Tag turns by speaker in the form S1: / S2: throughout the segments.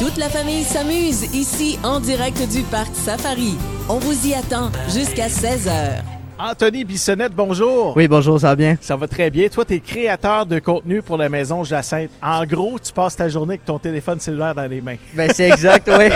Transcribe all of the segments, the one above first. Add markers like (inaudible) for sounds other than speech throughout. S1: Toute la famille s'amuse ici en direct du parc Safari. On vous y attend jusqu'à 16h.
S2: Anthony Bissonnette, bonjour.
S3: Oui, bonjour, ça va bien?
S2: Ça va très bien. Toi, tu es créateur de contenu pour la maison Jacinthe. En gros, tu passes ta journée avec ton téléphone cellulaire dans les mains.
S3: Ben, c'est exact, oui.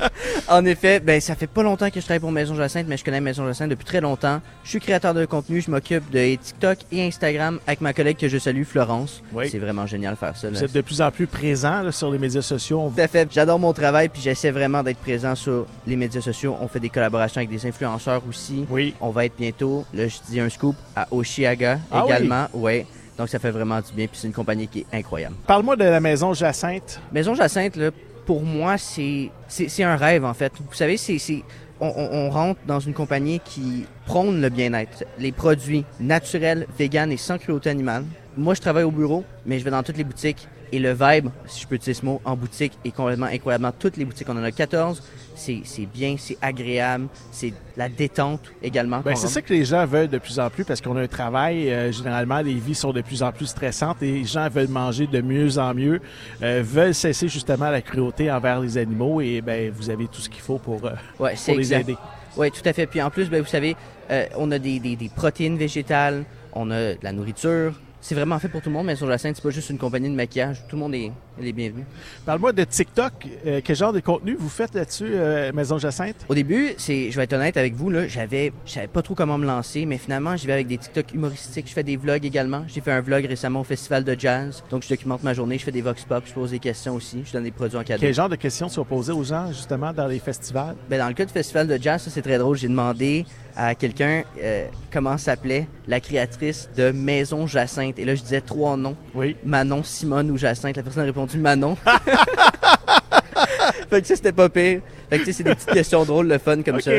S3: (laughs) en effet, ben, ça fait pas longtemps que je travaille pour Maison Jacinthe, mais je connais Maison Jacinthe depuis très longtemps. Je suis créateur de contenu, je m'occupe de TikTok et Instagram avec ma collègue que je salue, Florence.
S2: Oui.
S3: C'est vraiment génial de faire ça. là.
S2: Vous êtes de plus en plus présent là, sur les médias sociaux. On-
S3: Tout à fait. J'adore mon travail, puis j'essaie vraiment d'être présent sur les médias sociaux. On fait des collaborations avec des influenceurs aussi.
S2: Oui.
S3: On va être bientôt, là, je dis un scoop, à Oshiaga
S2: Ah oui?
S3: également. Ouais. Donc, ça fait vraiment du bien, puis c'est une compagnie qui est incroyable.
S2: Parle-moi de la maison Jacinthe.
S3: Maison Jacinthe, là, pour moi, c'est c'est c'est un rêve, en fait. Vous savez, c'est... c'est- On, on- on rentre dans une compagnie qui prône le bien-être. Les produits naturels, vegan et sans cruauté animale. Moi, je travaille au bureau, mais je vais dans toutes les boutiques. Et le vibe, si je peux dire ce mot, en boutique est complètement incroyable. Dans toutes les boutiques, on en a 14. C'est c'est bien, c'est agréable, c'est la détente également.
S2: Ben,
S3: qu'on
S2: c'est
S3: rentre.
S2: ça que les gens veulent de plus en plus parce qu'on a un travail. euh, généralement, les vies sont de plus en plus stressantes et les gens veulent manger de mieux en mieux, euh, veulent cesser justement la cruauté envers les animaux et ben vous avez tout ce qu'il faut pour, euh,
S3: Ouais, c'est
S2: pour les
S3: exact.
S2: aider.
S3: Oui, tout à fait. Puis en plus, ben, vous savez, euh, on a des, des- des protéines végétales, on a de la nourriture. C'est vraiment fait pour tout le monde, mais sur la scène, c'est pas juste une compagnie de maquillage. Tout le monde est, est bienvenu.
S2: Parle-moi de TikTok. Euh, quel genre de contenu vous faites là-dessus, euh, Maison Jacinthe?
S3: Au début, c'est, je vais être honnête avec vous, là, j'avais, je savais pas trop comment me lancer, mais finalement, j'y vais avec des TikTok humoristiques. Je fais des vlogs également. J'ai fait un vlog récemment au festival de jazz. Donc, je documente ma journée, je fais des vox pop, je pose des questions aussi, je donne des produits en cadeau.
S2: Quel genre de questions tu vas poser aux gens justement dans les festivals?
S3: Ben, dans le cas du festival de jazz, ça, c'est très drôle. J'ai demandé à quelqu'un euh, comment s'appelait la créatrice de Maison Jacinthe. Et là, je disais trois noms.
S2: Oui.
S3: Manon, Simone ou Jacinthe. La personne a répondu Manon. fait que ça, c'était pas pire. Fait que tu sais, c'est des petites questions drôles, le fun comme
S2: OK.
S3: ça.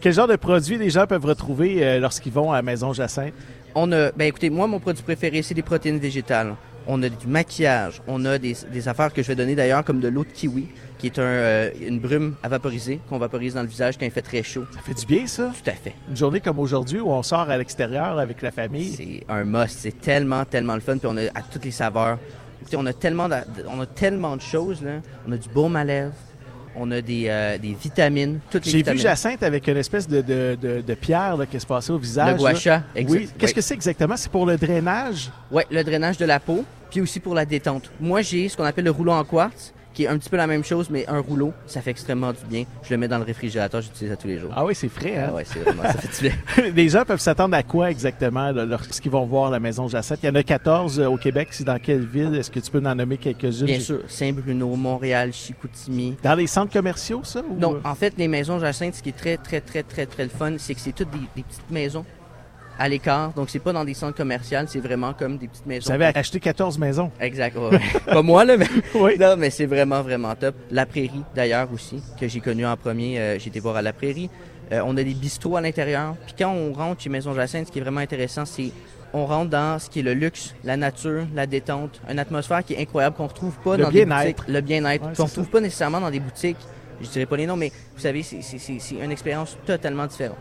S2: Quel genre de produits les gens peuvent retrouver euh, lorsqu'ils vont à Maison Jacinthe?
S3: On a, ben écoutez, moi, mon produit préféré, c'est les protéines végétales. On a du maquillage, on a des, des affaires que je vais donner d'ailleurs, comme de l'eau de kiwi, qui est un, euh, une brume à vaporiser, qu'on vaporise dans le visage quand il fait très chaud.
S2: Ça fait du bien, ça?
S3: Tout à fait.
S2: Une journée comme aujourd'hui où on sort à l'extérieur avec la famille.
S3: C'est un must. C'est tellement, tellement le fun. Puis on a à toutes les saveurs. Écoutez, on a tellement de, on a tellement de choses. Là. On a du baume à lèvres. On a des, euh, des vitamines. Toutes les
S2: J'ai vu
S3: vitamines.
S2: Jacinthe avec une espèce de, de- de- de pierre là, qui se passait au visage.
S3: Le gua sha,
S2: là.
S3: exact-
S2: Oui. Qu'est-ce
S3: oui.
S2: que c'est exactement? C'est pour le drainage?
S3: Ouais, le drainage de la peau. Puis aussi pour la détente. Moi, j'ai ce qu'on appelle le rouleau en quartz, qui est un petit peu la même chose, mais un rouleau, ça fait extrêmement du bien. Je le mets dans le réfrigérateur, j'utilise ça tous les jours.
S2: Ah oui, c'est frais, hein?
S3: Ah ouais, c'est vraiment, ça fait du bien.
S2: (laughs) Les gens peuvent s'attendre à quoi exactement là, lorsqu'ils vont voir la maison Jacinthe? Il y en a 14 au Québec. C'est dans quelle ville? Est-ce que tu peux en nommer quelques-unes?
S3: Bien sûr, Saint-Bruno, Montréal, Chicoutimi,
S2: Dans les centres commerciaux, ça? ou- euh?
S3: Non, en fait, les maisons Jacinthe, ce qui est très, très, très, très, très le fun, c'est que c'est toutes des, des petites maisons à l'écart. Donc, c'est pas dans des centres commerciaux, c'est vraiment comme des petites maisons.
S2: Vous avez acheté 14 maisons. (laughs)
S3: Exact. ouais, ouais. pas moi, là, mais.
S2: Oui.
S3: Non, mais c'est vraiment, vraiment top. La Prairie, d'ailleurs, aussi, que j'ai connu en premier. euh, j'ai été voir à La Prairie. Euh, on a des bistrots à l'intérieur. Puis quand on rentre chez Maison Jacinthe, ce qui est vraiment intéressant, c'est on rentre dans ce qui est le luxe, la nature, la détente, une atmosphère qui est incroyable qu'on retrouve pas
S2: Le
S3: dans des
S2: bien-être.
S3: boutiques. Le bien-être.
S2: Ouais,
S3: qu'on
S2: c'est ça.
S3: retrouve pas nécessairement dans des boutiques. Je dirais pas les noms, mais vous savez, c'est- c'est c'est- c'est une expérience totalement différente.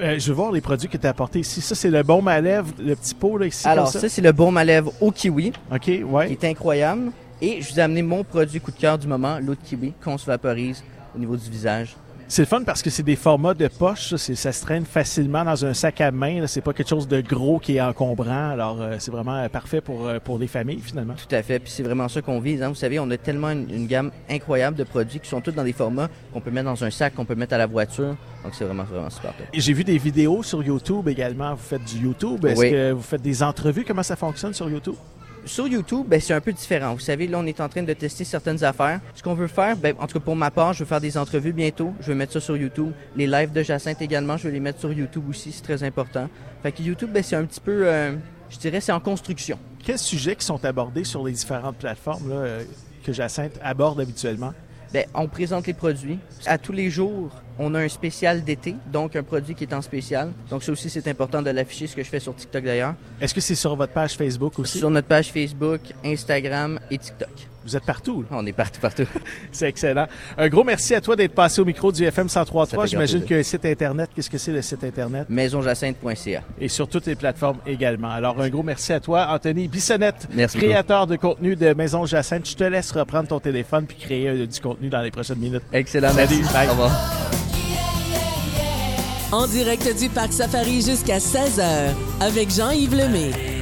S2: Euh, je veux voir les produits que tu as apportés ici. Ça, c'est le baume à lèvres, le petit pot là, ici.
S3: Alors,
S2: comme
S3: ça, c'est le baume à lèvres au kiwi.
S2: OK, ouais.
S3: qui est incroyable. Et je vous ai amené mon produit coup de cœur du moment, l'eau de kiwi, qu'on se vaporise au niveau du visage.
S2: C'est le fun parce que c'est des formats de poche. Ça, c'est- ça se traîne facilement dans un sac à main. là. C'est pas quelque chose de gros qui est encombrant. Alors, euh, c'est vraiment euh, parfait pour, euh, pour les familles, finalement.
S3: Tout à fait. Puis c'est vraiment ça qu'on vise. hein. Vous savez, on a tellement une, une gamme incroyable de produits qui sont tous dans des formats qu'on peut mettre dans un sac, qu'on peut mettre à la voiture. Donc c'est vraiment, vraiment super top.
S2: Et J'ai vu des vidéos sur YouTube également. Vous faites du YouTube. Est-ce
S3: Oui.
S2: que vous faites des entrevues? Comment ça fonctionne sur YouTube?
S3: Sur YouTube, ben, c'est un peu différent. Vous savez, là, on est en train de tester certaines affaires. Ce qu'on veut faire, ben, en tout cas pour ma part, je veux faire des entrevues bientôt. Je vais mettre ça sur YouTube. Les lives de Jacinthe également, je vais les mettre sur YouTube aussi. C'est très important. Fait que YouTube, ben, c'est un petit peu, euh, je dirais, c'est en construction.
S2: Quels sujets qui sont abordés sur les différentes plateformes là, euh, que Jacinthe aborde habituellement?
S3: Ben, on présente les produits. À tous les jours, on a un spécial d'été, donc un produit qui est en spécial. Donc ça aussi, c'est important de l'afficher, ce que je fais sur TikTok d'ailleurs.
S2: Est-ce que c'est sur votre page Facebook aussi?
S3: Sur notre page Facebook, Instagram et TikTok.
S2: Vous êtes partout. là.
S3: On est partout, partout. (laughs)
S2: C'est excellent. Un gros merci à toi d'être passé au micro du FM
S3: Ça
S2: 103.3.
S3: fait
S2: J'imagine
S3: grand plaisir.
S2: qu'il y a un site Internet. Qu'est-ce que c'est le site Internet?
S3: Maisonjacinthe.ca.
S2: Et sur toutes les plateformes également. Alors, un gros merci à toi, Anthony Bissonnette,
S3: Merci beaucoup.
S2: créateur de contenu de Maison Jacinthe. Je te laisse reprendre ton téléphone puis créer euh, du contenu dans les prochaines minutes.
S3: Excellent,
S2: Salut,
S3: merci.
S2: bye.
S3: Au revoir.
S1: En direct du Parc Safari jusqu'à 16h avec Jean-Yves Lemay.